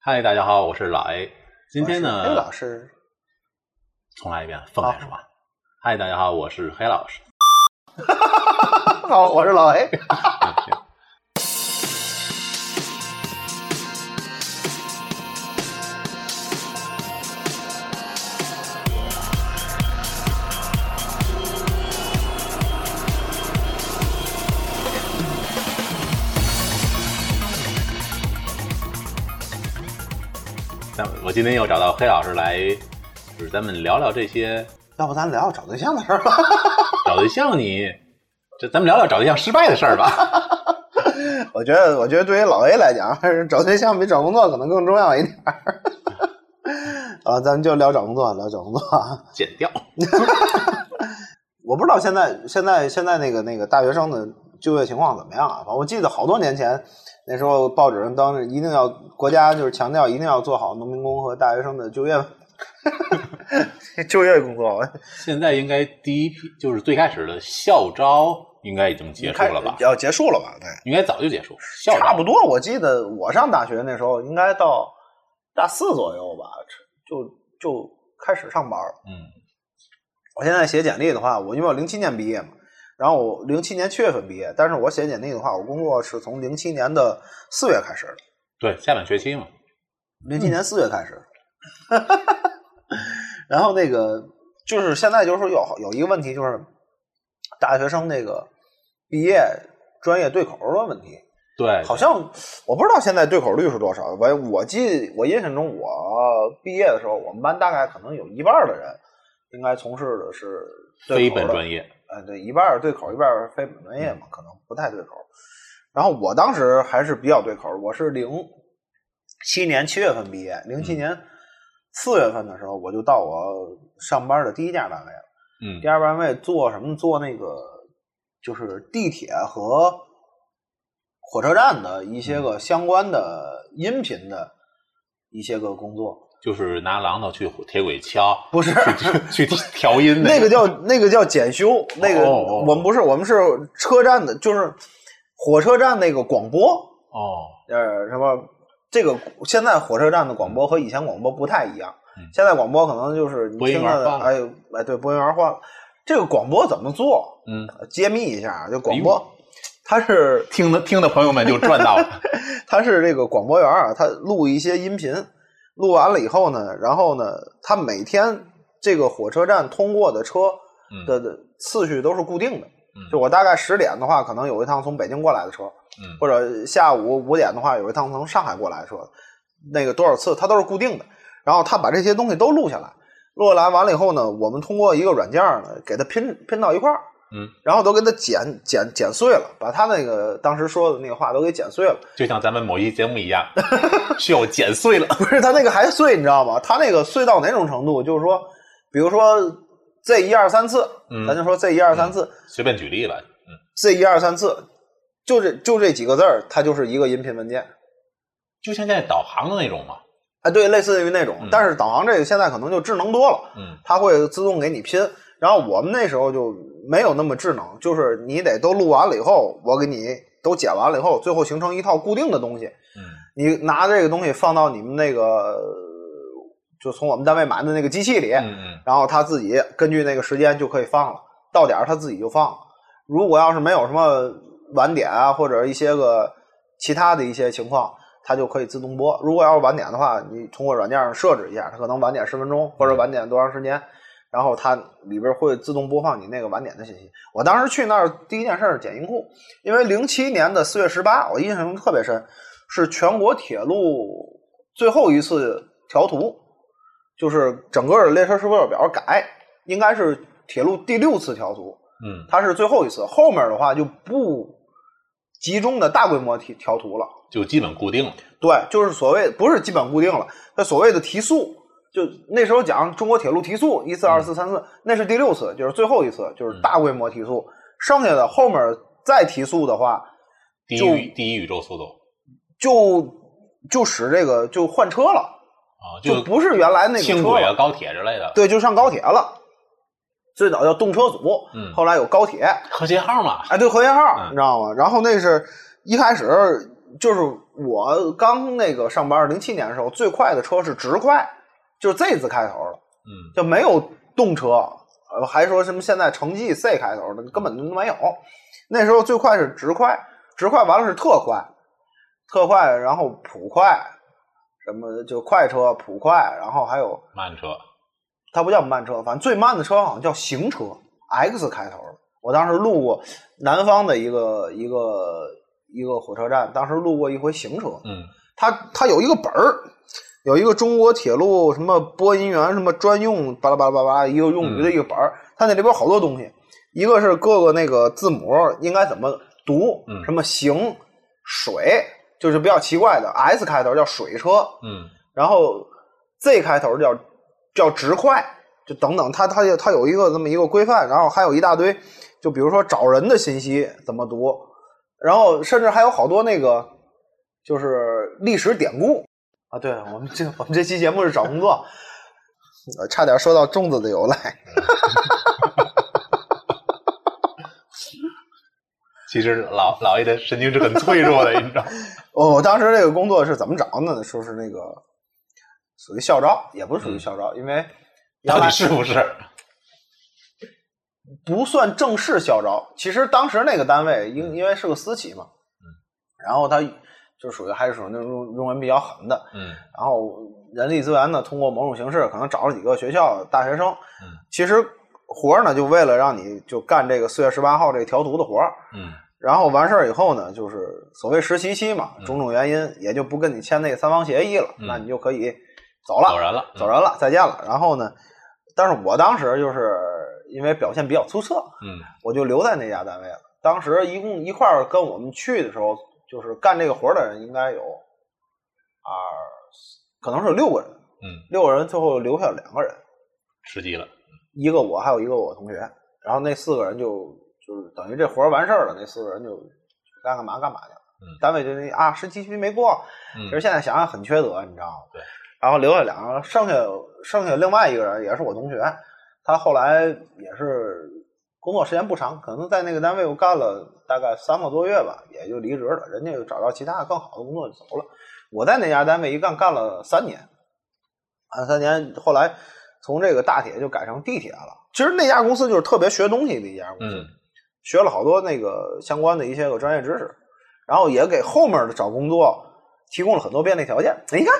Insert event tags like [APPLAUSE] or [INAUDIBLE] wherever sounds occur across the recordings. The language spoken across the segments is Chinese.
嗨，大家好，我是老 A。今天呢，黑哎老 [LAUGHS] 师，重来一遍，放开说。嗨，大家好，我是黑老师。好，我是老 A。咱们我今天又找到黑老师来，就是咱们聊聊这些 [LAUGHS] 要不咱聊聊找对象的事儿吧？找对象你， [LAUGHS] 这咱们聊聊找对象失败的事儿吧。 [LAUGHS] 我觉得，我觉得对于老 A 来讲，还是找对象比找工作可能更重要一点儿。 [LAUGHS] 啊，咱们就聊找工作，聊找工作。剪掉。我不知道现在现在现在那个那个大学生的就业情况怎么样啊？我记得好多年前，那时候报纸上当时一定要国家就是强调一定要做好农民工和大学生的就业 [LAUGHS] 就业工作。现在应该第一批就是最开始的校招应该已经结束了吧？要结束了吧？对。应该早就结束。校差不招多，我记得我上大学那时候应该到大四左右吧，就就开始上班了。嗯，我现在写简历的话，我因为我零七年毕业嘛，然后我零七年七月份毕业，但是我写简历的话，我工作是从零七年的四月开始的，对，下半学期嘛，零七年四月开始。 [LAUGHS] 然后那个就是现在就是说有有一个问题就是大学生那个毕业专业对口的问题，对，好像我不知道现在对口率是多少。我我记我印象中，我毕业的时候，我们班大概可能有一半儿的人应该从事的是非对口本的专业，呃，对，一半儿对口，一半儿非本专业嘛，可能不太对口。然后我当时还是比较对口，我是零七年七月份毕业，零七嗯年四月份的时候，我就到我上班的第一家单位了。嗯第，二班位坐什么？坐那个就是地铁和火车站的一些嗯个相关的音频的一些个工作，就是拿榔头去铁轨敲， [LAUGHS] 不是去去调音的 [LAUGHS] 那个叫那个叫检修，那个哦哦我们不是我们是车站的，就是火车站那个广播，哦，呃，什么这个现在火车站的广播和以前广播不太一样，嗯现在广播可能就是你播音听员着的换了哎哎对播音员换了，这个广播怎么做？嗯，揭秘一下啊，就广哎播，他是听的听的朋友们就赚到了，他是这个广播员啊，他录一些音频，录完了以后呢，然后呢，他每天这个火车站通过的车嗯的的次序都是固定的嗯。就我大概十点的话，可能有一趟从北京过来的车，嗯或者下午五点的话，有一趟从上海过来的车，那个多少次它都是固定的。然后他把这些东西都录下来，录下来完了以后呢，我们通过一个软件呢，给它拼拼到一块儿，嗯，然后都给它剪剪剪碎了，把他那个当时说的那个话都给剪碎了。 [LAUGHS] 就像咱们某一节目一样，需要剪碎了。 [LAUGHS] 不是他那个还碎，你知道吗？他那个碎到哪种程度？就是说，比如说 Z 一二三次，嗯咱就说 Z 一二三次随便举例吧，嗯， ，Z 一二三次，就这就这几个字儿，它就是一个音频文件就像现在导航的那种嘛，啊，对，类似于那种。嗯但是导航这个现在可能就智能多了，嗯它会自动给你拼。然后我们那时候就没有那么智能，就是你得都录完了以后，我给你都剪完了以后，最后形成一套固定的东西。嗯你拿这个东西放到你们那个，就从我们单位买的那个机器里，嗯然后他自己根据那个时间就可以放了，到点儿他自己就放了。如果要是没有什么晚点啊，或者一些个其他的一些情况，它就可以自动播。如果要是晚点的话，你通过软件上设置一下，它可能晚点十分钟或者晚点多长时间，然后它里边会自动播放你那个晚点的信息。我当时去那儿第一件事儿是捡银库，因为零七年的四月十八，我印象中特别深，是全国铁路最后一次调图，就是整个的列车时刻表改，应该是铁路第六次调图，嗯，它是最后一次，后面的话就不集中的大规模调调图了。就基本固定了。对，就是所谓不是基本固定了，它所谓的提速，就那时候讲中国铁路提速一次、二次、三次，那是第六次，就是最后一次，嗯就是大规模提速。剩下的后面再提速的话，第就一第一宇宙速度就就使这个就换车了，啊，就不是原来那个车轻轨啊、了，高铁之类的，，对，就上高铁了。最早叫动车组，嗯后来有高铁，和谐号嘛，哎，对，和谐号，嗯你知道吗？然后那是一开始就是我刚那个上班，零七年的时候，最快的车是直快，就是 Z 字开头的，嗯，就没有动车，呃还说什么现在成绩 C 开头的，根本就没有。那时候最快是直快，直快完了是特快，特快，然后普快，什么就快车、普快，然后还有慢车，它不叫慢车，反正最慢的车好像叫行车，X 开头的。我当时路过南方的一个一个一个火车站，当时路过一回行车，嗯它它有一个本儿，有一个中国铁路什么播音员什么专用巴拉巴拉巴拉一个用语的一个本儿，它那里边有好多东西，一个是各个那个字母应该怎么读，嗯什么行水，就是比较奇怪的 S 开头叫水车，嗯然后 Z 开头叫叫直快，就等等，它它有它有一个这么一个规范，然后还有一大堆，就比如说找人的信息怎么读，然后甚至还有好多那个就是历史典故啊。对我们这我们这期节目是找工作，呃 [LAUGHS] 差点说到粽子的由来。其实老老爷的神经是很脆弱的，你知道 [LAUGHS] 吗？我我哦当时这个工作是怎么找的呢？说是那个属于校招，也不是属于校招，因为原到来底是 [LAUGHS] 不是？不算正式校招。其实当时那个单位嗯因因为是个私企嘛，然后他就属于还是属于那种用用人比较狠的，嗯然后人力资源呢通过某种形式可能找了几个学校大学生嗯，其实活儿呢就为了让你就干这个四月十八号这个调图的活儿。嗯然后完事儿以后呢，就是所谓实习期嘛，嗯种种原因也就不跟你签那个三方协议了，嗯那你就可以走了走。人嗯了，走人了，再见了。然后呢，但是我当时就是因为表现比较出色，嗯我就留在那家单位了。当时一共一块儿跟我们去的时候，就是干这个活儿的人应该有二，可能是有六个人，嗯，六个人最后留下两个人，吃鸡了，一个我，还有一个我同学。然后那四个人就就是等于这活儿完事儿了，那四个人就该干嘛干嘛去了。嗯单位就那啊，实习期没过，嗯其实现在想想很缺德，你知道吗？对。然后留下两个，剩下剩下另外一个人也是我同学，他后来也是工作时间不长，可能在那个单位又干了大概三个多月吧，也就离职了。人家又找到其他更好的工作就走了。我在那家单位一干干了三年，干了三年，后来从这个大铁就改成地铁了。其实那家公司就是特别学东西的一家公司，嗯学了好多那个相关的一些个专业知识，然后也给后面的找工作提供了很多便利条件。你看，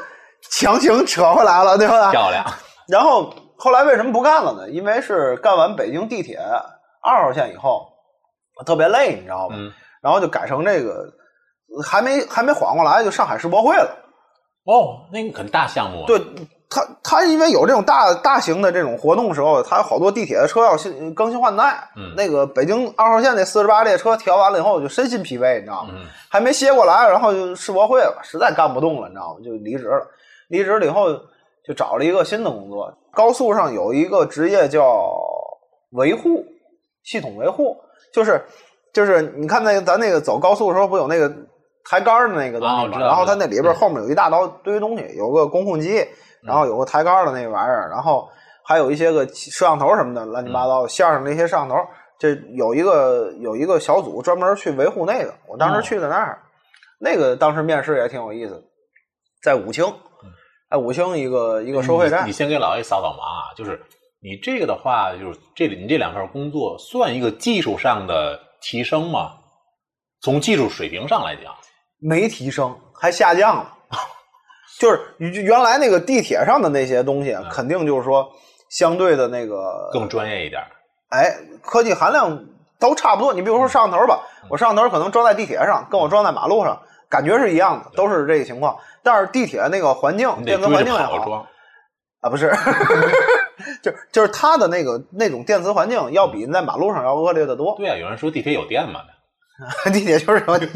强行扯回来了，对吧？漂亮，然后后来为什么不干了呢？因为是干完北京地铁二号线以后，特别累，你知道吗？嗯，然后就改成这个，还没还没缓过来，就上海世博会了。哦，那个很大项目啊，对他，他因为有这种大大型的这种活动时候，他有好多地铁的车要新更新换代。嗯那个北京二号线那四十八列车调完了以后，就身心疲惫，你知道吗？嗯还没歇过来，然后就世博会了，实在干不动了，你知道吗？就离职了。离职了以后，就找了一个新的工作。高速上有一个职业叫维护，系统维护，就是就是你看那个咱那个走高速的时候，不有那个抬杆儿的那个东啊西我吗？知道然后它知道那里边嗯后面有一大刀堆东西，有个工控机，然后有个抬杆儿的那玩意儿，然后还有一些个摄像头什么的，乱七八嗯糟的线儿上那些摄像头。这有一个有一个小组专门去维护那个，我当时哦去的那儿，那个当时面试也挺有意思的，在武清，哎，武清一个一个收嗯费你站你，先给老爷扫扫盲啊，就是你这个的话，就是这里你这两份工作算一个技术上的提升吗？从技术水平上来讲，没提升，还下降了。就是原来那个地铁上的那些东西，啊肯定就是说相对的那个，嗯更专业一点儿。哎，科技含量都差不多。你比如嗯说摄像头吧，我摄像头可能装在地铁上，跟我装在马路上感觉是一样的，都是这个情况。但是地铁那个环境，你得电子追着环境也跑好着，装，啊，[LAUGHS] 不是，就就是它的那个那种电磁环境要比在马路上要恶劣的多。对啊，有人说地铁有电嘛，地铁就是 [LAUGHS] 什么电，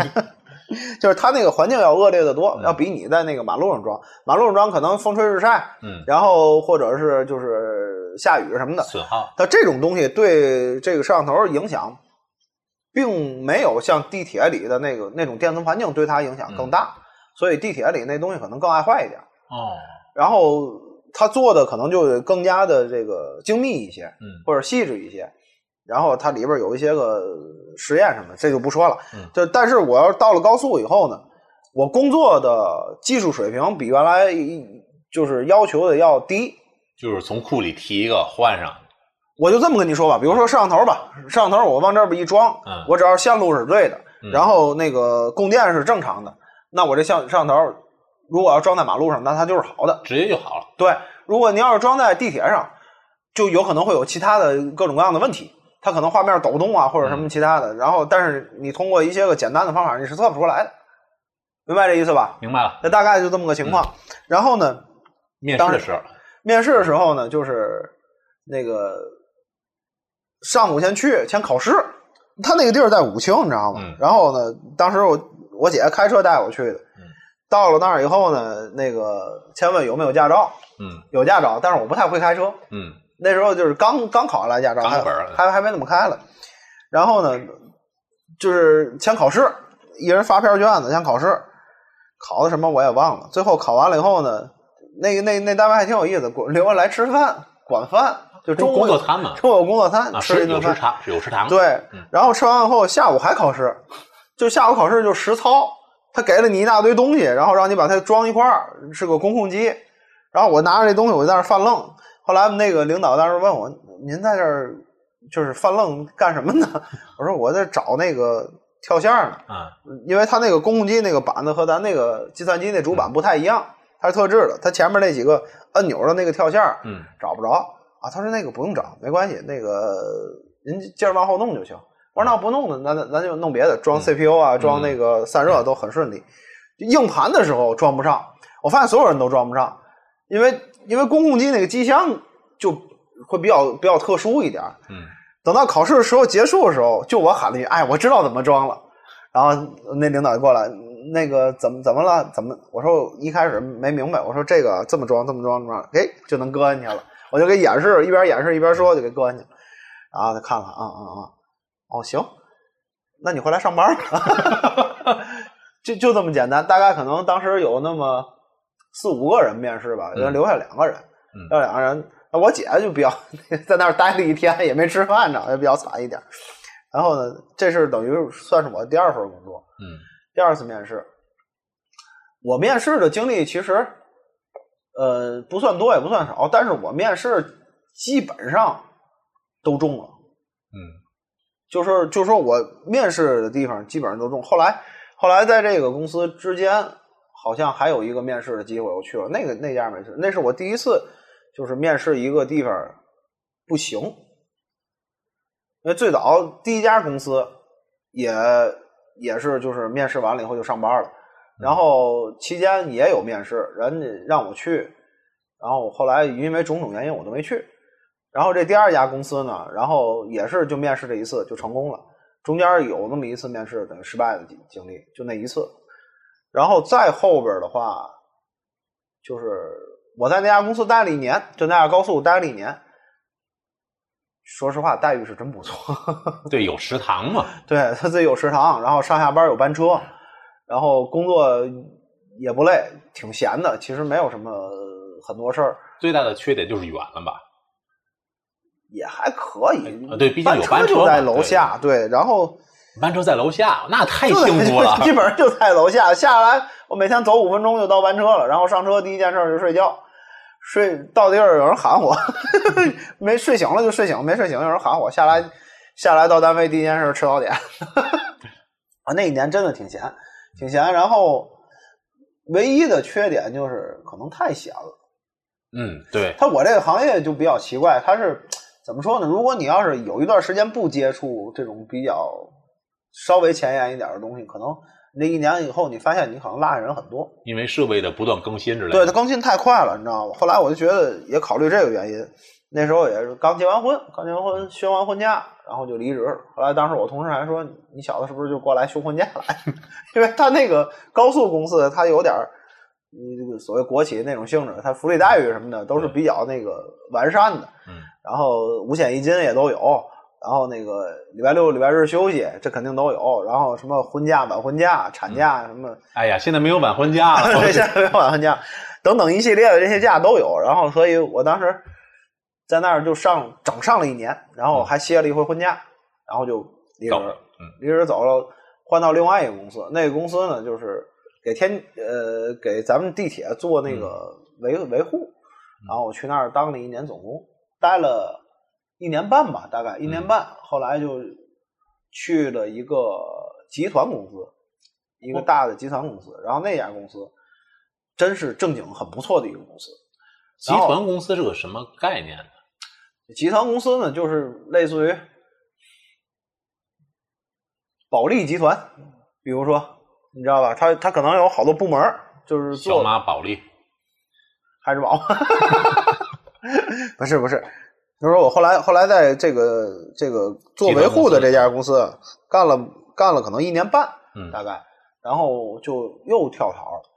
就是它那个环境要恶劣的多，嗯要比你在那个马路上装，马路上装可能风吹日晒，嗯，然后或者是就是下雨什么的，损耗，它这种东西对这个摄像头影响，并没有像地铁里的那个那种电磁环境对它影响更大，所以地铁里那东西可能更爱坏一点。哦，然后他做的可能就更加的这个精密一些，嗯或者细致一些。然后它里边有一些个实验什么的，这就不说了。嗯就但是我要是到了高速以后呢，我工作的技术水平比原来就是要求的要低。就是从库里提一个换上，我就这么跟你说吧，比如说摄像头吧，摄像头我往这儿一装，嗯我只要线路是对的，嗯然后那个供电是正常的，那我这像摄像头如果要装在马路上，那它就是好的。直接就好了。对，如果您要是装在地铁上，就有可能会有其他的各种各样的问题，它可能画面抖动啊，或者什嗯么其他的。然后，但是你通过一些个简单的方法，你是测不出来的，明白这意思吧？明白了，那大概就这么个情嗯况。然后呢，面当试然的时候，面试的时候呢，就是那个上午先去先考试，他那个地儿在武清，你知道吗？嗯然后呢，当时我我姐开车带我去的，到了那儿以后呢，那个先问有没有驾照，嗯有驾照，但是我不太会开车，嗯那时候就是刚刚考上来驾照，刚还本儿还还没怎么开了。然后呢，就是先考试，一人发票卷子先考试，考的什么我也忘了。最后考完了以后呢，那那那单位还挺有意思，管留下来吃饭，管饭，就中工午工作餐嘛，中午工作餐、啊，吃了是一顿有饭食，堂，有食堂，，对嗯，然后吃完以后下午还考试，就下午考试就实操，他给了你一大堆东西，然后让你把它装一块儿，是个公控机。然后我拿着这东西我就在那儿犯愣，后来我们那个领导当时问我：“您在这儿就是犯愣干什么呢？” [LAUGHS] 我说：“我在找那个跳线儿呢，啊，因为他那个公控机那个板子和咱那个计算机那主板不太一样，它是特制的，它前面那几个按钮的那个跳线儿嗯找不着啊。他说那个不用找，没关系，那个您接着往后弄就行。我说那不弄呢，那咱咱就弄别的，装嗯 CPU 啊，装那个散热都很顺利。硬盘的时候装不上，我发现所有人都装不上，因为因为公共机那个机箱就会比较比较特殊一点儿。嗯，等到考试的时候结束的时候，就我喊了一句：“哎，我知道怎么装了。”然后那领导就过来，那个怎么怎么了？怎么？我说一开始没明白，我说这个这么装，这么装，这么装，哎，就能搁进去了。我就给演示，一边演示一边说，就给搁进去了。然后他看了，啊啊啊，哦行，那你回来上班吧， [LAUGHS] 就就这么简单。大概可能当时有那么四五个人面试吧，嗯就留下两个人，嗯留下两个人。那我姐就比较在那儿待了一天，也没吃饭呢，也比较惨一点。然后呢，这是等于算是我第二份工作，嗯第二次面试。我面试的经历其实，呃，不算多也不算少，但是我面试基本上都中了。嗯就是就是说我面试的地方基本上都中。后来后来在这个公司之间，好像还有一个面试的机会，我去了那个那家没事，那是我第一次就是面试一个地方不行，因为最早第一家公司也也是就是面试完了以后就上班了，然后期间也有面试，人家让我去，然后我后来因为种种原因我都没去。然后这第二家公司呢，然后也是就面试这一次就成功了，中间有那么一次面试等于失败的经经历，就那一次。然后再后边的话，就是我在那家公司待了一年，就那家高速待了一年。说实话，待遇是真不错。对，有食堂嘛，对他自己有食堂，然后上下班有班车，然后工作也不累，挺闲的。其实没有什么很多事儿，最大的缺点就是远了吧，也还可以。啊对毕竟有班班车就在嘛楼对下，对，然后班车在楼下，那太就，幸福了基本上就在楼下。下来，我每天走五分钟就到班车了，然后上车第一件事儿就睡觉，睡到地儿有人喊我， [LAUGHS] 没睡醒了就睡醒，没睡醒有人喊我下来，下来到单位第一件事儿吃早点。 [LAUGHS] 啊，那一年真的挺闲，挺闲。然后唯一的缺点就是可能太闲了。 [LAUGHS] 嗯，对，他我这个行业就比较奇怪，他是怎么说呢？如果你要是有一段时间不接触这种比较稍微前沿一点的东西，可能那一年以后，你发现你可能落下人很多。因为设备的不断更新之类对的，它更新太快了，你知道吗？后来我就觉得也考虑这个原因，那时候也是刚结完婚，刚结完婚休完婚假，然后就离职了。后来当时我同事还说：“你小子是不是就过来休婚假来？” [LAUGHS] 因为他那个高速公司，他有点儿。嗯所谓国企那种性质，它福利待遇什么的都是比较那个完善的，嗯，然后五险一金也都有，然后那个礼拜六、礼拜日休息，这肯定都有，然后什么婚假、晚婚假、产假什么，哎呀，现在没有晚婚假了， [LAUGHS] 对，现在没有晚婚假，等等一系列的这些假都有。然后，所以我当时在那儿就上整上了一年，然后还歇了一回婚假，然后就离职走嗯了，嗯离职走了，换到另外一个公司。那个公司呢，就是给天呃给咱们地铁做那个维、维护，然后我去那儿当了一年总工，待了一年半吧，大概一年半，后来就去了一个集团公司，一个大的集团公司，然后那家公司真是正经很不错的一个公司。集团公司是个什么概念呢？集团公司呢，就是类似于保利集团，比如说，你知道吧？它它可能有好多部门儿，就是小做妈保利，海之宝， [LAUGHS] 不是不是，就是说我后来后来在这个这个做维护的这家公司干了干了可能一年半，嗯大概，然后就又跳槽了。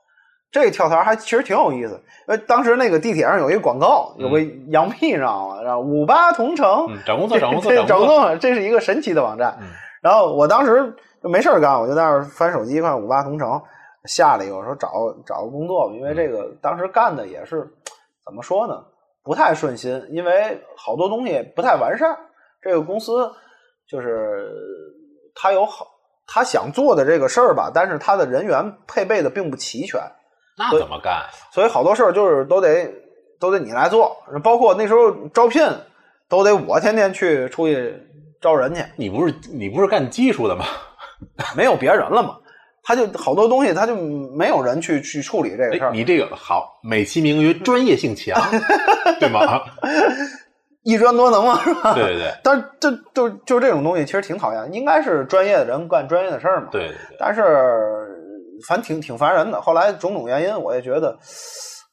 这跳槽还其实挺有意思，因为当时那个地铁上有一广告，有个羊屁上了，然后五八同城，嗯，找工作，找 [LAUGHS] 工作，这找找工工作，作，这是一个神奇的网站。嗯然后我当时就没事儿干，我就在那儿翻手机，看五八同城，下了一个，我说找找个工作吧，因为这嗯个当时干的也是怎么说呢，不太顺心，因为好多东西不太完善。这个公司就是他有好他想做的这个事儿吧，但是他的人员配备的并不齐全，那怎么干？所以好多事儿就是都得都得你来做，包括那时候招聘都得我天天去出去招人去，你不是你不是干技术的吗？没有别人了嘛，他就好多东西他就没有人去去处理这个事哎，儿。你这个好，美其名曰专业性 [LAUGHS] 强，对吗？一专多能嘛，是吧？对对对 [LAUGHS] 但是这就就这种东西其实挺讨厌，应该是专业的人干专业的事儿嘛。对对对，但是反正挺挺烦人的。后来种种原因，我也觉得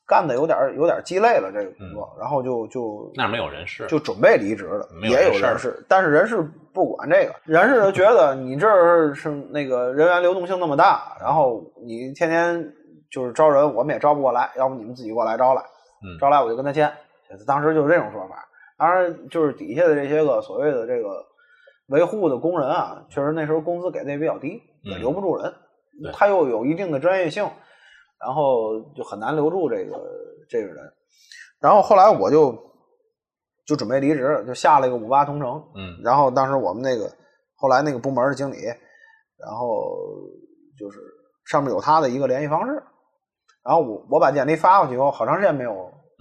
干的有点有点鸡肋了这个工嗯作，然后就就那儿没有人事，就准备离职了，没有也人有事儿人事，但是人事不管这个，人事就觉得你这儿是那个人员流动性那么大，然后你天天就是招人，我们也招不过来，要不你们自己过来招来嗯，招来我就跟他签，当时就是这种说法。当然，就是底下的这些个所谓的这个维护的工人啊，确实那时候工资给的也比较低，也嗯留不住人对，他又有一定的专业性，然后就很难留住这个这个人。然后后来我就就准备离职，就下了一个五八同城。嗯然后当时我们那个后来那个部门的经理，然后就是上面有他的一个联系方式。然后我我把简历发过去以后，好长时间没有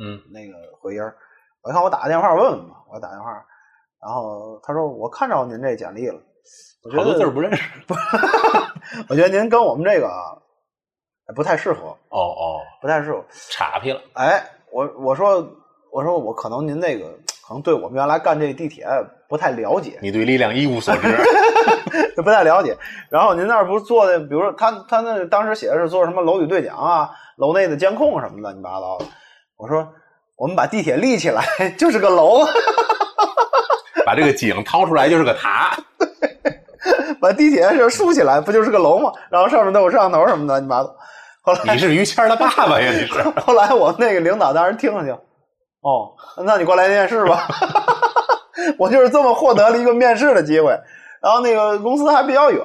嗯，那个回音儿。我看我打个电话问问吧，我打电话，然后他说我看着您这简历了，我觉好多字儿得不认识。我觉得您跟我们这个哎不太适合，哦哦，不太适合。岔劈了，哎，我我说我说我可能您那个可能对我们原来干这地铁不太了解， [LAUGHS] 你对力量一无所知。不太了解。然后您那儿不是做的，比如说他他那当时写的是做什么楼宇对讲啊、楼内的监控什么乱七八糟的。我说我们把地铁立起来 [LAUGHS] 就是个楼，啊把这个井掏出来就是个塔，把地铁是竖起来不就是个楼吗？然后上面都有摄像头什么的乱七八糟。后来你是于谦儿的爸爸呀？你是后来我那个领导当时听了就，哦，那你过来面试吧。 [LAUGHS] 我就是这么获得了一个面试的机会。然后那个公司还比较远，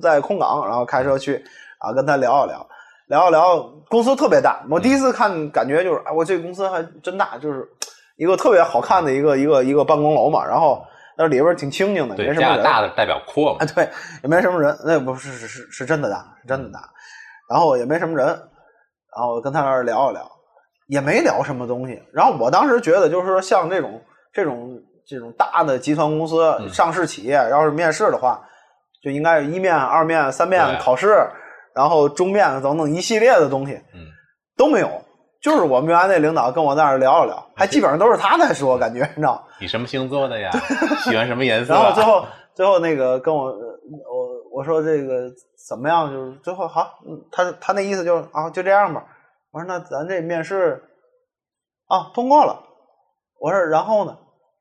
在空港，然后开车去啊，跟他聊一聊，聊一聊。公司特别大，我第一次看感觉就是，哎，我这公司还真大，就是一个特别好看的一个一个一个办公楼嘛。然后那里边挺清静的，对没什么加人。拿大的代表阔嘛啊，？对，也没什么人，那不是是是是真的大，是真的大，然后也没什么人，然后跟他那儿聊一聊，也没聊什么东西。然后我当时觉得，就是说像这种这种这种大的集团公司、嗯上市企业，要是面试的话，就应该有一面、二面、三面对考试，然后中面等等一系列的东西嗯，都没有。就是我们原来那领导跟我在那儿聊一聊，嗯还基本上都是他在说，感觉你知道吗。你什么星座的呀？喜欢什么颜色 [LAUGHS] 然啊？后最后最后那个跟我呃我我说这个怎么样？就是最后好，嗯他他那意思就是啊就这样吧。我说那咱这面试啊通过了。我说然后呢？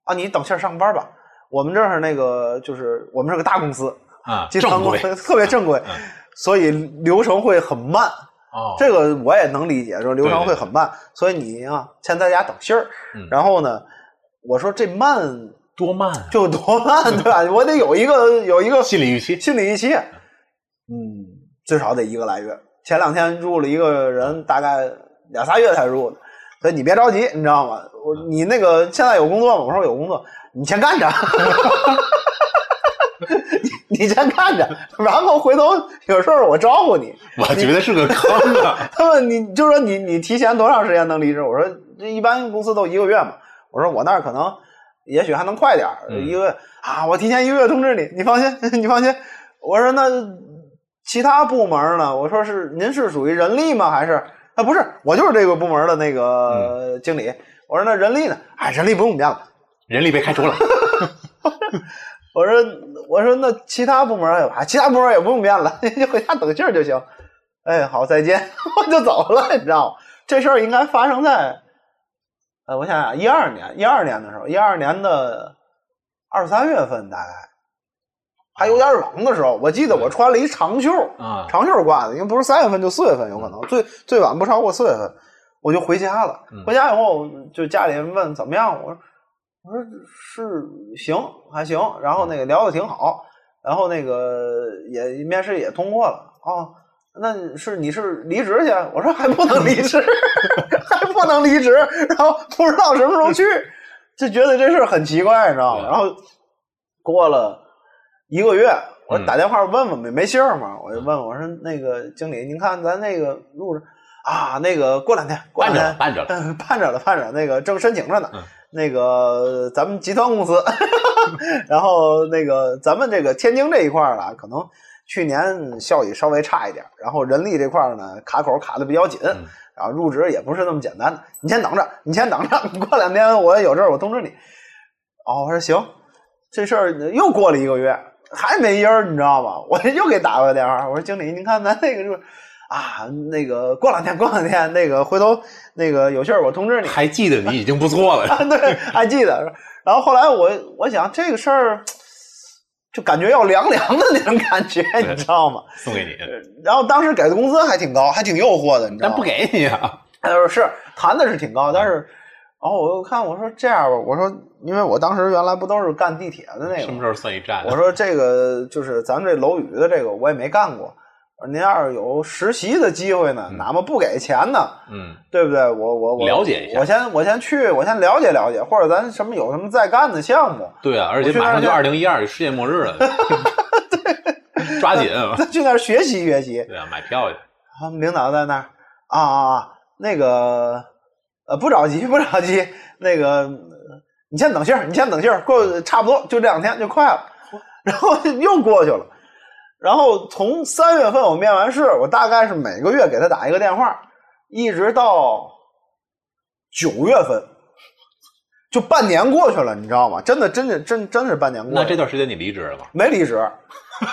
啊你等下上班吧。我们这儿那个就是我们是个大公司，啊，集团正公 [LAUGHS] 规司特别正规，嗯所以流程会很慢。哦，这个我也能理解，说流程会很慢，所以你啊先在家等信儿。嗯然后呢，我说这慢多慢啊， [LAUGHS] 就多慢，对吧？我得有一个有一个心理预期。心理预期，嗯，至少得一个来月。前两天入了一个人，大概俩仨月才入的，所以你别着急，你知道吗？我你那个现在有工作吗？我说有工作，你先干着。 [LAUGHS] 你你先看着，然后回头有事儿我招呼你。我觉得是个坑 [LAUGHS] 啊！他们你就说你你提前多长时间能离职？我说这一般公司都一个月嘛。我说我那儿可能也许还能快点儿，嗯一个月啊，我提前一个月通知你，你放心，你 [LAUGHS] 放心。我说那其他部门呢？我说是您是属于人力吗？还是啊不是，我就是这个部门的那个经理。我说那人力呢？哎，人力不用面了。人力被开除了，我说我说那其他部门还有啊，其他部门也不用面了， [LAUGHS] 就回家等信儿就行。哎，好，再见， [LAUGHS] 我就走了，你知道吗？这事儿应该发生在，呃，我想想，一二年，一二年的时候，一二年的二三月份大概，还有点冷的时候，我记得我穿了一长袖，啊，长袖挂的，因为不是三月份就四月份，有可能最最晚不超过四月份，我就回家了嗯。回家以后就家里人问怎么样，我说我说是行还行，然后那嗯个聊的挺好，然后那个也面试也通过了哦。那是你是离职去？我说还不能离职， [LAUGHS] 还不能离职，然后不知道什么时候去，就觉得这事儿很奇怪，你知道吗？对然后过了一个月，我嗯打电话问问没没信儿吗？我就问我说那个经理，您看咱那个入职啊，那个过两天，过办两着了，天办着了，嗯，盼着了，盼着了，那个正申请着呢。嗯那个咱们集团公司， [LAUGHS] 然后那个咱们这个天津这一块儿呢，可能去年效益稍微差一点儿，然后人力这块儿呢卡口卡的比较紧，嗯然后啊入职也不是那么简单的。你先等着，你先等着，过两天我有事儿我通知你。哦，我说行，这事儿又过了一个月，还没音儿，你知道吗？我又给打了电话，我说经理，您看咱那个就是啊，那个过两天，过两天那个回头那个有信儿我通知你。 [LAUGHS] 还记得你已经不错了，啊，对，还记得。然后后来我我想这个事儿，就感觉要凉凉的那种感觉，你知道吗？送给你，然后当时给的工资还挺高，还挺诱惑的，你知道但吗？不给你啊，他说呃是谈的是挺高，嗯但是，然后我又看我说这样吧，我说因为我当时原来不都是干地铁的那什个么吗，时候算一站啊？我说这个就是咱们这楼宇的这个我也没干过，我说您要是有实习的机会呢，嗯哪怕不给钱呢，嗯，对不对？我我我了解一下我先我先去，我先了解了解，或者咱什么有什么在干的项目， [LAUGHS] 对啊，而且我去那马儿上就就二零一二世界末日了， [LAUGHS] [LAUGHS] 抓紧啊，咱去那儿学习学习。对啊，买票去，他们领导在那儿啊啊，啊，那个呃不着急不着急，那个呃你先等信儿，你先等信儿，过差不多就这两天就快了，然后 [LAUGHS] 又过去了，然后从三月份我面完试，我大概是每个月给他打一个电话，一直到九月份。就半年过去了，你知道吗？真的，真的，真真是半年过去了。那这段时间你离职了吗？没离职，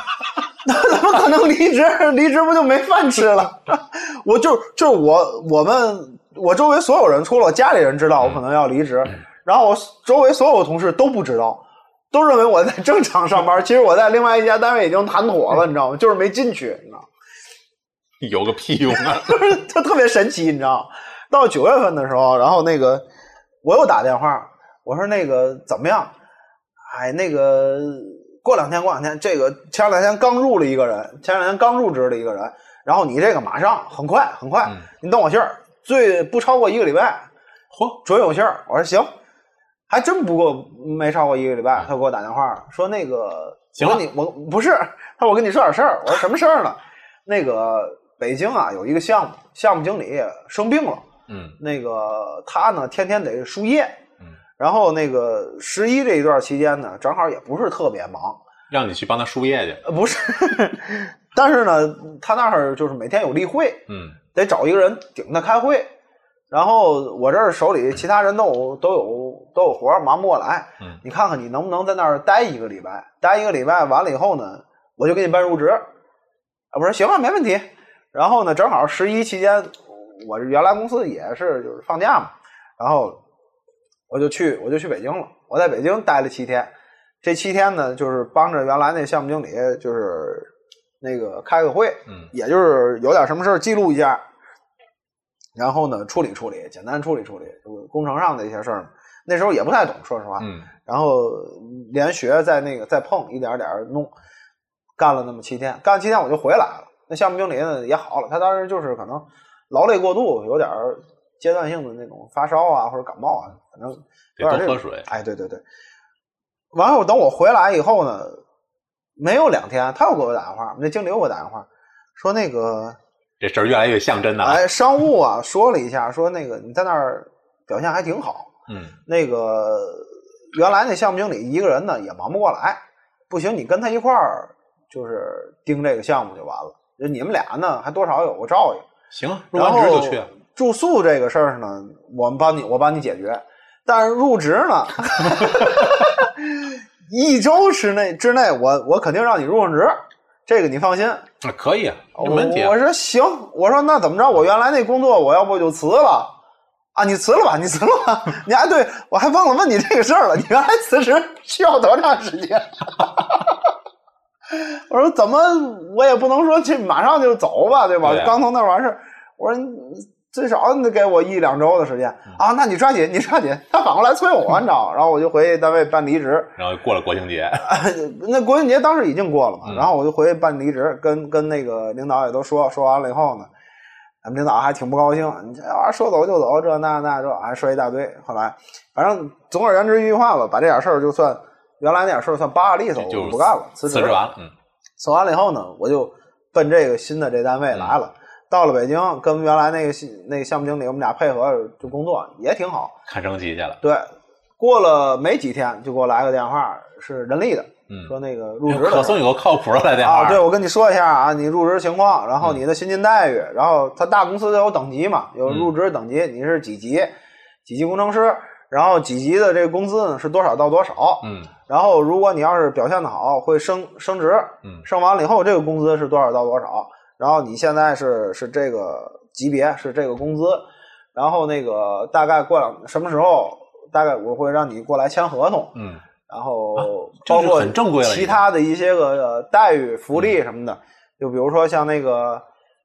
[LAUGHS] 那怎么可能离职？离职不就没饭吃了？ [LAUGHS] 我就就是我我们我周围所有人，除了我家里人知道我可能要离职，然后我周围所有同事都不知道，都认为我在正常上班。其实我在另外一家单位已经谈妥了，你知道吗？就是没进去，你知道吗？ [LAUGHS] 有个屁用啊！就是就特别神奇，你知道吗？到九月份的时候，然后那个我又打电话，我说那个怎么样？哎，那个过两天，过两天，这个前两天刚入了一个人，前两天刚入职的一个人，然后你这个马上很快很快，嗯你等我信儿，最不超过一个礼拜，嚯，准有信儿。我说行，还真不过没超过一个礼拜，他给我打电话说那个，嗯行我了跟你我不是，他说我跟你说点事儿。我说什么事儿呢？那个北京啊有一个项目，项目经理生病了，嗯那个他呢天天得输液嗯，然后那个十一这一段期间呢，正好也不是特别忙，让你去帮他输液去，呃不是， [LAUGHS] 但是呢他那儿就是每天有例会，嗯得找一个人顶他开会。然后我这儿手里其他人都有都有都有活儿，忙不过来。嗯你看看你能不能在那儿待一个礼拜？待一个礼拜完了以后呢，我就给你办入职。啊，我说行啊，没问题。然后呢，正好十一期间，我原来公司也是就是放假嘛，然后我就去我就去北京了。我在北京待了七天，这七天呢就是帮着原来那项目经理就是那个开个会，嗯也就是有点什么事儿记录一下，然后呢处理处理，简单处理处理就是工程上的一些事儿嘛。那时候也不太懂，说实话，嗯，然后连学再那个再碰，一点儿点儿弄，干了那么七天，干了七天我就回来了。那项目经理呢也好了，他当时就是可能劳累过度，有点儿阶段性的那种发烧啊或者感冒啊，反正得有多点这喝个水，哎，对对对。完后等我回来以后呢，没有两天，他又给我打电话，我们这经理又给我打电话，说那个这事儿越来越像真的了。哎，商务啊，说了一下，说那个你在那儿表现还挺好。嗯，那个原来那项目经理一个人呢也忙不过来，不行，你跟他一块儿就是盯这个项目就完了。就你们俩呢，还多少有个照应。行，入完然后职就去。啊住宿这个事儿呢，我们帮你，我帮你解决。但是入职呢， [LAUGHS] 一周之内之内我，我肯定让你入上职，这个你放心。啊可以，我没问题。哦啊我说行，我说那怎么着？我原来那工作，我要不就辞了啊？你辞了吧，你辞了吧。 [LAUGHS] 你还对我还忘了问你这个事儿了。你原来辞职需要多长时间？ [LAUGHS] 我说怎么我也不能说这马上就走吧，对吧？对啊刚从那儿完事儿，我说你最少你得给我一两周的时间嗯啊。那你抓紧，你抓紧。他反过来催我，你知道吗？然后我就回单位办离职。然后过了国庆节， [LAUGHS] 那国庆节当时已经过了嘛，嗯然后我就回去办离职，跟跟那个领导也都说说完了以后呢，咱们领导还挺不高兴，你这啊说走就走，这那那这还说一大堆。后来，反正总而言之一句话吧，把这点事儿就算原来那点事儿算扒拉利索，就我不干了，辞辞职职了。完了，嗯，辞完了以后呢，我就奔这个新的这单位嗯来了。到了北京，跟原来那个新那个项目经理，我们俩配合就工作也挺好。看升旗去了。对，过了没几天就给我来个电话，是人力的，嗯，说那个入职的事可儿算有个靠谱的来电话。啊，对，，我跟你说一下啊，你入职情况，然后嗯你的薪金待遇，然后它大公司都有等级嘛，有入职等级，你是几级，几级工程师，然后几级的这个工资呢是多少到多少，嗯然后如果你要是表现的好，会升升职，嗯升完了以后这个工资是多少到多少，然后你现在是是这个级别是这个工资，然后那个大概过两什么时候，大概我会让你过来签合同，嗯，然后啊包这是括很正规了已经其他的一些个呃待遇、福利什么的，就比如说像那个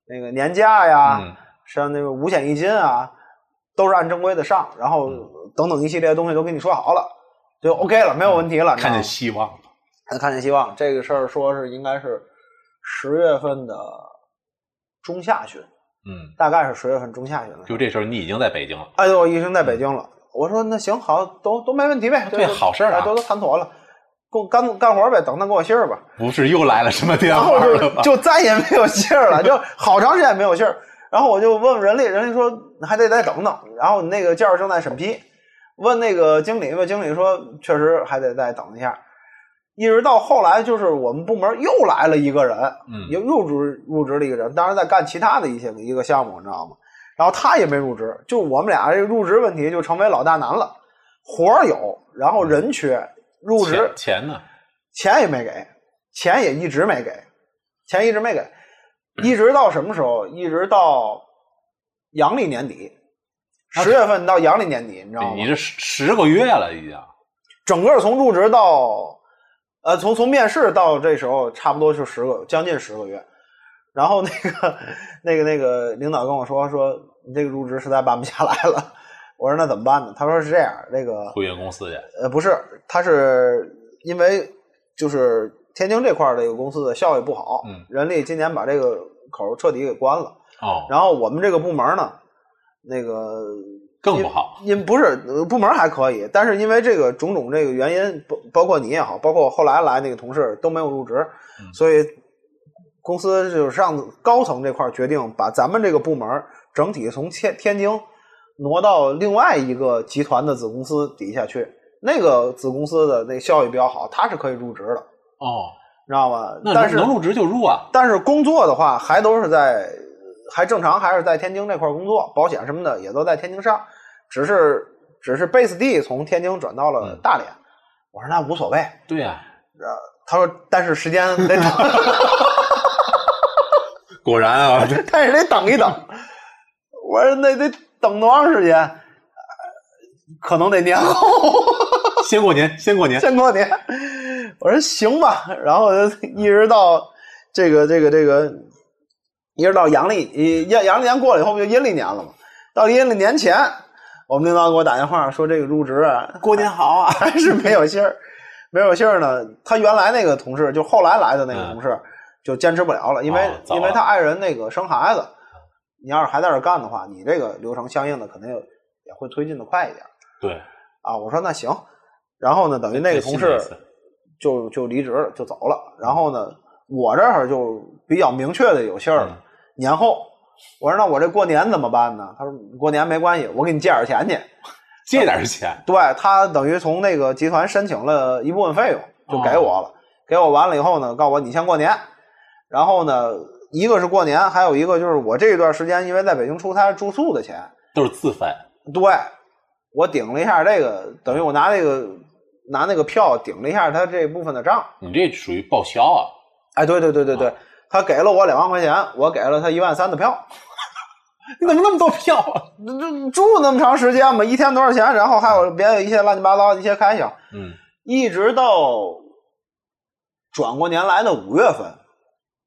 那个年假呀，嗯像那个五险一金啊，都是按正规的上，然后嗯等等一系列的东西都跟你说好了，就 OK 了，没有问题了。看见希希望了。嗯看见希望这个事儿，说是应该是十月份的中下旬，嗯，大概是十月份中下旬的时候。就这时候你已经在北京了。哎，对，我已经在北京了。我说那行好，都都没问题呗，对都好事儿啊哎都都谈妥了，给我干干活呗，等他给我信儿吧。不是又来了什么电然话后了哦就吧？就再也没有信儿了，就好长时间没有信儿。然后我就问人力，人力说还得再等等。然后那个件儿正在审批，问那个经理吧，经理说确实还得再等一下。一直到后来，就是我们部门又来了一个人，嗯又入职入职了一个人，当然在干其他的一些一个项目，你知道吗？然后他也没入职，就我们俩这个入职问题就成为老大难了。活儿有，然后人缺，入职钱钱呢？钱也没给，钱也一直没给，钱一直没给，嗯一直到什么时候？一直到阳历年底，十月份到阳历年底，你知道你吗？这十十个月了已经。整个从入职到，呃，从从面试到这时候，差不多就十个，将近十个月。然后那个那个那个领导跟我说说，你这个入职实在办不下来了。我说那怎么办呢？他说是这样，那个回原公司去。呃，不是，他是因为就是天津这块儿这个公司的效益不好，嗯人力今年把这个口儿彻底给关了。哦，然后我们这个部门呢，那个更不好。因不是呃部门还可以，但是因为这个种种这个原因，包包括你也好，包括后来来那个同事都没有入职，嗯所以公司就是上高层这块儿决定把咱们这个部门整体从天天津挪到另外一个集团的子公司底下去，那个子公司的那效益比较好，它是可以入职的，哦，你知道吗？那但是能入职就入啊。但是工作的话，还都是在呃还正常，还是在天津这块儿工作，保险什么的也都在天津上，只是只是 base 地从天津转到了大连。我说那无所谓，对啊呀，他说但是时间得等，果然啊， [LAUGHS] 但是得等一等。我说那得等多长时间？呃可能得年后。 [LAUGHS] 先过年，先过 [LAUGHS] 年。先过年。我说行吧，然后一直到这个这个这个，一直到阳历阳阳历年过了以后，不就阴历年了吗？到阴历年前，我们领导给我打电话说这个入职啊， [LAUGHS] 过年好啊。还是没有信儿，没有信儿呢。他原来那个同事，就后来来的那个同事，就坚持不了了，因为、嗯哦早因为了他爱人那个生孩子，你要是还在这儿干的话，你这个流程相应的肯定也会推进的快一点。对，啊，我说那行，然后呢，等于那个同再信事一次就就离职了，就走了。然后呢，我这儿就比较明确的有信儿了，嗯年后。我说那我这过年怎么办呢？他说过年没关系，我给你借点钱去。借点钱，对他等于从那个集团申请了一部分费用，就给我了。给我完了以后呢，告诉我你先过年。然后呢，一个是过年，还有一个就是我这一段时间因为在北京出差住宿的钱，都是自费。对我顶了一下这个，等于我拿那个拿那个票顶了一下他这部分的账。你这属于报销啊！哎，对对对对对，啊他给了我两万块钱，我给了他一万三的票。你怎么那么多票啊？那这住那么长时间嘛，一天多少钱？然后还有别的一些乱七八糟的一些开销，嗯，一直到转过年来的五月份，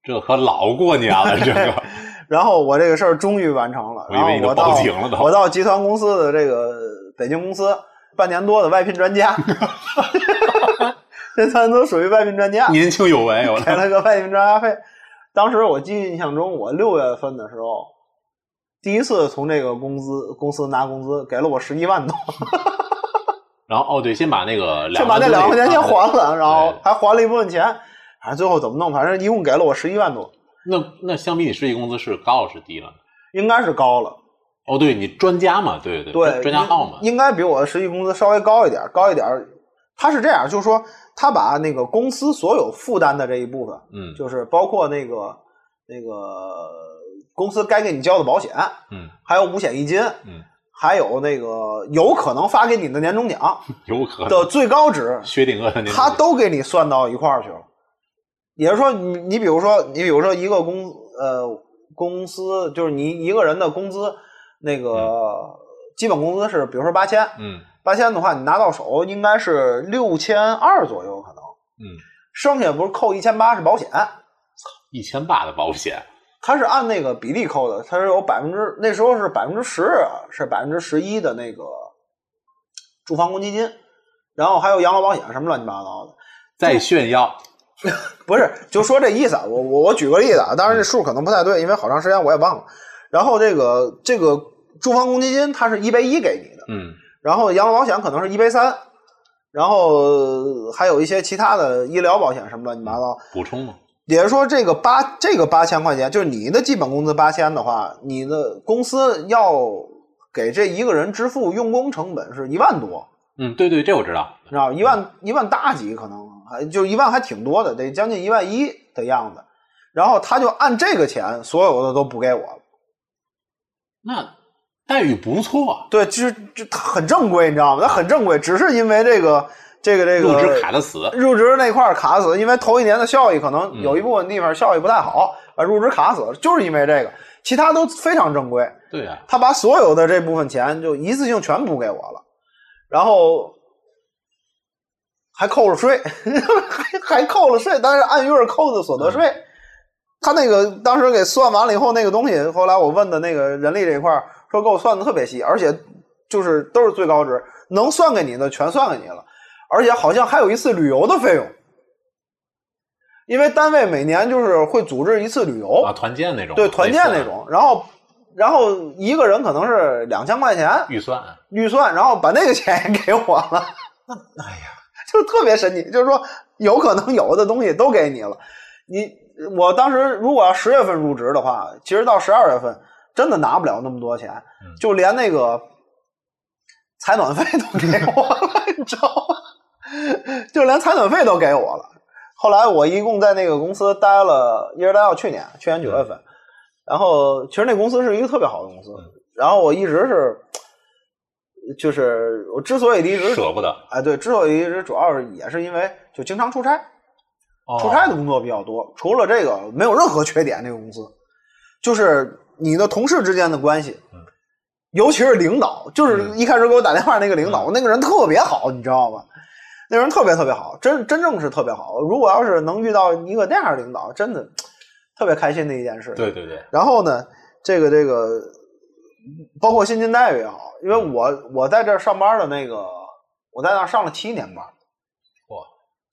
这可老过年 [LAUGHS] 了，这个然后我这个事儿终于完成了。我以然为后你都我到报警了都我到集团公司的这个北京公司半年多的外聘专 [LAUGHS] 家， [LAUGHS] 这咱都属于外聘专家，年轻有为，我给了个外聘专家费。当时我记忆印象中，我六月份的时候，第一次从这个公司公司拿工资，给了我十一万多。然后哦，对，先把那个就把那两万块钱先还了，然后啊对还还了一部分钱，反正最后怎么弄，反正一共给了我十一万多，那那相比你实际工资是高了是低了呢？应该是高了，哦，对你专家嘛，对对对，专家号嘛，应应该比我的实际工资稍微高一点，高一点儿。他是这样，就是说他把那个公司所有负担的这一部分，嗯就是包括那个那个公司该给你交的保险，嗯，还有五险一金，嗯，还有那个有可能发给你的年终奖有可能的最高值，薛定谔的那他都给你算到一块儿去了。也就是说，你你比如说，你比如说一个公呃公司，就是你一个人的工资，那个基本工资是，比如说八千，嗯八千的话，你拿到手应该是六千二左右，可能嗯剩下不是扣一千八是保险，一千八的保险，它是按那个比例扣的，它是有百分之那时候是百分之十，啊是百分之十一的那个住房公积金，然后还有养老保险啊什么乱七八糟的。再炫耀，不是，就说这意思啊。我我我举个例子啊，当然这数可能不太对，因为好长时间我也忘了。然后这个这个住房公积金它是一倍一给你的，嗯然后养老保险可能是一倍三，然后呃还有一些其他的医疗保险什么乱七八糟。补充嘛，也就是说，这个八这个八千块钱，就是你的基本工资八千的话，你的公司要给这一个人支付用工成本是一万多。嗯对对，这我知道，你知道，一万一万大几可能还就一万还挺多的，得将近一万一的样子。然后他就按这个钱，所有的都补给我了。那待遇不错，对，其实这他很正规，你知道吗？他很正规，只是因为这个这个这个入职卡的死，入职那块儿卡死，因为头一年的效益可能有一部分地方效益不太好，啊、入职卡死了，就是因为这个，其他都非常正规。对啊，他把所有的这部分钱就一次性全补给我了，然后还扣了税， [LAUGHS] 还还扣了税，但是按月扣的所得税。他那个当时给算完了以后，那个东西，后来我问的那个人力这一块儿说给我算的特别细，而且就是都是最高值，能算给你的全算给你了，而且好像还有一次旅游的费用，因为单位每年就是会组织一次旅游啊团建那种，哦对团建类那似的种，然后然后一个人可能是两千块钱预算，预算，然后把那个钱 [LAUGHS] 也给我了，哎呀， [LAUGHS] 就特别神奇，就是说有可能有的东西都给你了，你我当时如果要十月份入职的话，其实到十二月份真的拿不了那么多钱，嗯就连那个采暖费都给我了， [LAUGHS] 你知道吗？就连采暖费都给我了。后来我一共在那个公司待了，一直待到去年，去年九月份。然后其实那公司是一个特别好的公司，然后我一直是，就是我之所以离职，舍不得，哎，对，之所以离职主要是也是因为就经常出差，哦出差的工作比较多。除了这个，没有任何缺点。这个公司就是你的同事之间的关系嗯，尤其是领导，就是嗯一开始给我打电话那个领导，那个人特别好，你知道吗？那人特别特别好，真真正是特别好。如果要是能遇到一个那样的领导，真的特别开心的一件事。对对对，然后呢，这个这个，包括薪金待遇也好，因为嗯我我在这儿上班的那个，我在那儿上了七年班，哇，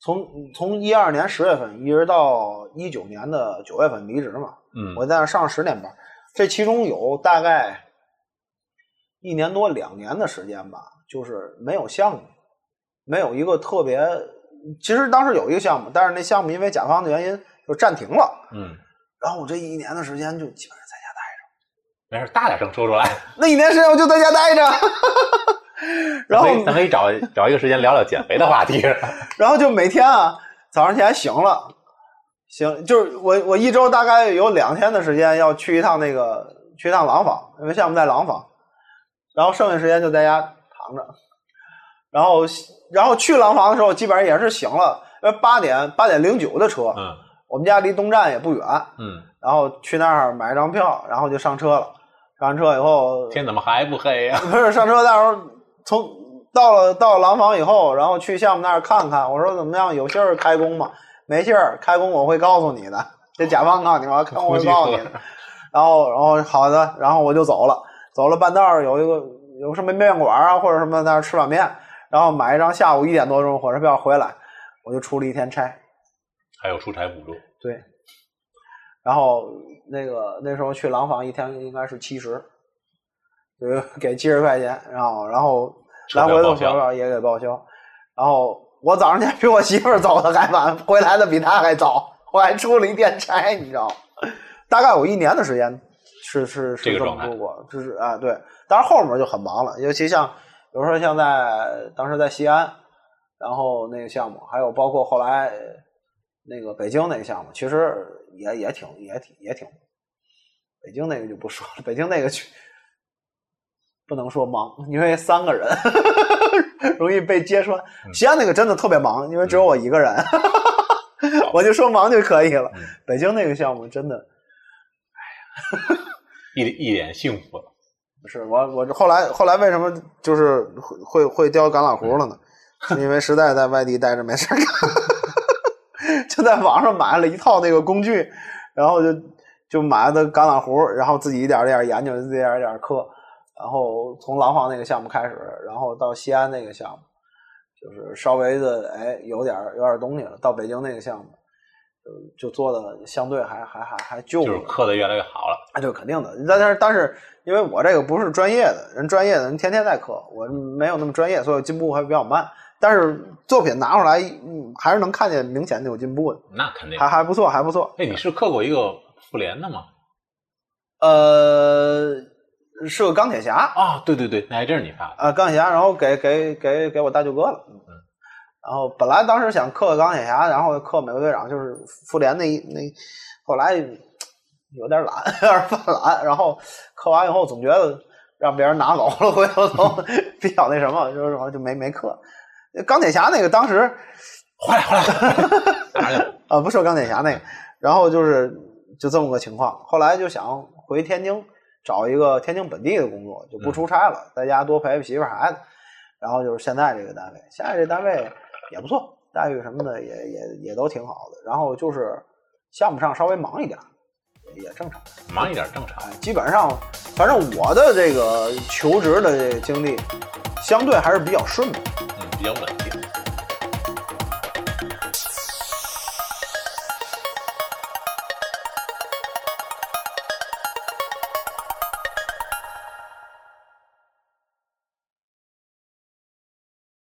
从从一二年十月份一直到一九年的九月份离职嘛，嗯我在那儿上了十年班，这其中有大概一年多两年的时间吧，就是没有项目，没有一个特别其实当时有一个项目，但是那项目因为甲方的原因就暂停了。嗯，然后我这一年的时间就基本上在家待没事，大点声说出来。着，那一年时间我就在家待着， [LAUGHS] 然后咱可以找找一个时间聊聊减肥的话题。 [LAUGHS] 然后就每天啊，早上起来醒了，醒就是我我一周大概有两天的时间要去一趟那个去一趟廊坊，因为项目在廊坊，然后剩下时间就在家躺着，然后然后去廊坊的时候基本上也是醒了，呃八点八点零九的车，嗯我们家离东站也不远，嗯，然后去那儿买一张票，然后就上车了，上完车以后天怎么还不黑呀、 [LAUGHS] [LAUGHS] 不是上车那时候从到了到了廊坊以后，然后去项目那儿看看，我说怎么样，有信儿开工吗？没信儿开工我会告诉你的，这甲方告诉你吗？看我会告诉你的。然后然后好的，然后我就走了，走了半道儿有一个有什么面馆啊或者什么在那儿吃碗面，然后买一张下午一点多钟火车票回来，我就出了一天差。还有出差补助，对，然后那个那时候去廊坊一天应该是七十，就是 [LAUGHS] 给七十块钱，然后然后车来票回的报火销车票也给报销，然后我早上起来比我媳妇儿走的还晚，回来的比她还早，我还出了一天差，你知道吗？大概我一年的时间是是这个是这状么态度过，就是啊对，当然后面就很忙了，尤其像比如说像在当时在西安，然后那个项目，还有包括后来呃那个北京那个项目，其实也也挺也挺也挺，北京那个就不说了，北京那个去不能说忙，因为三个人 [LAUGHS] 容易被揭穿。嗯西安那个真的特别忙，因为只有我一个人，好 [LAUGHS] 我就说忙就可以了嗯。北京那个项目真的一一脸幸福。不是我我后来后来为什么就是会会会叼橄榄核了呢？是因为实在在外地待着没事儿干， [LAUGHS] 就在网上买了一套那个工具，然后就就买的橄榄核，然后自己一点儿一点儿研究，自己一点儿一点儿刻，然后从廊坊那个项目开始，然后到西安那个项目，就是稍微的哎有点儿有点儿东西了，到北京那个项目。就就做的相对还还还还就就是刻的越来越好了。啊，对，肯定的。但但是但是，因为我这个不是专业的，人专业的人天天在刻，我没有那么专业，所以进步还比较慢。但是作品拿出来，嗯还是能看见明显的有进步的，那肯定。还还不错，还不错。哎，你是刻过一个复联的吗？呃，是个钢铁侠，啊，对对对，那还真是你发的。啊，钢铁侠，然后给给给给我大舅哥了。嗯，然后本来当时想刻钢铁侠，然后刻美国队长，就是复联那一那，后来有点懒， [LAUGHS] 有点犯懒，然后刻完以后总觉得让别人拿走了，回头都 [LAUGHS] 比较那什么，就是好像就没没刻。钢铁侠那个当时回来回来， [LAUGHS] 哪儿去了？啊，不说钢铁侠那个，然后就是就这么个情况。后来就想回天津找一个天津本地的工作，就不出差了，在家多陪陪媳妇儿孩子。然后就是现在这个单位，现在这单位也不错，待遇什么的也也也都挺好的。然后就是项目上稍微忙一点，也正常。忙一点正常哎。，基本上，反正我的这个求职的这个经历，相对还是比较顺的。嗯，比较稳。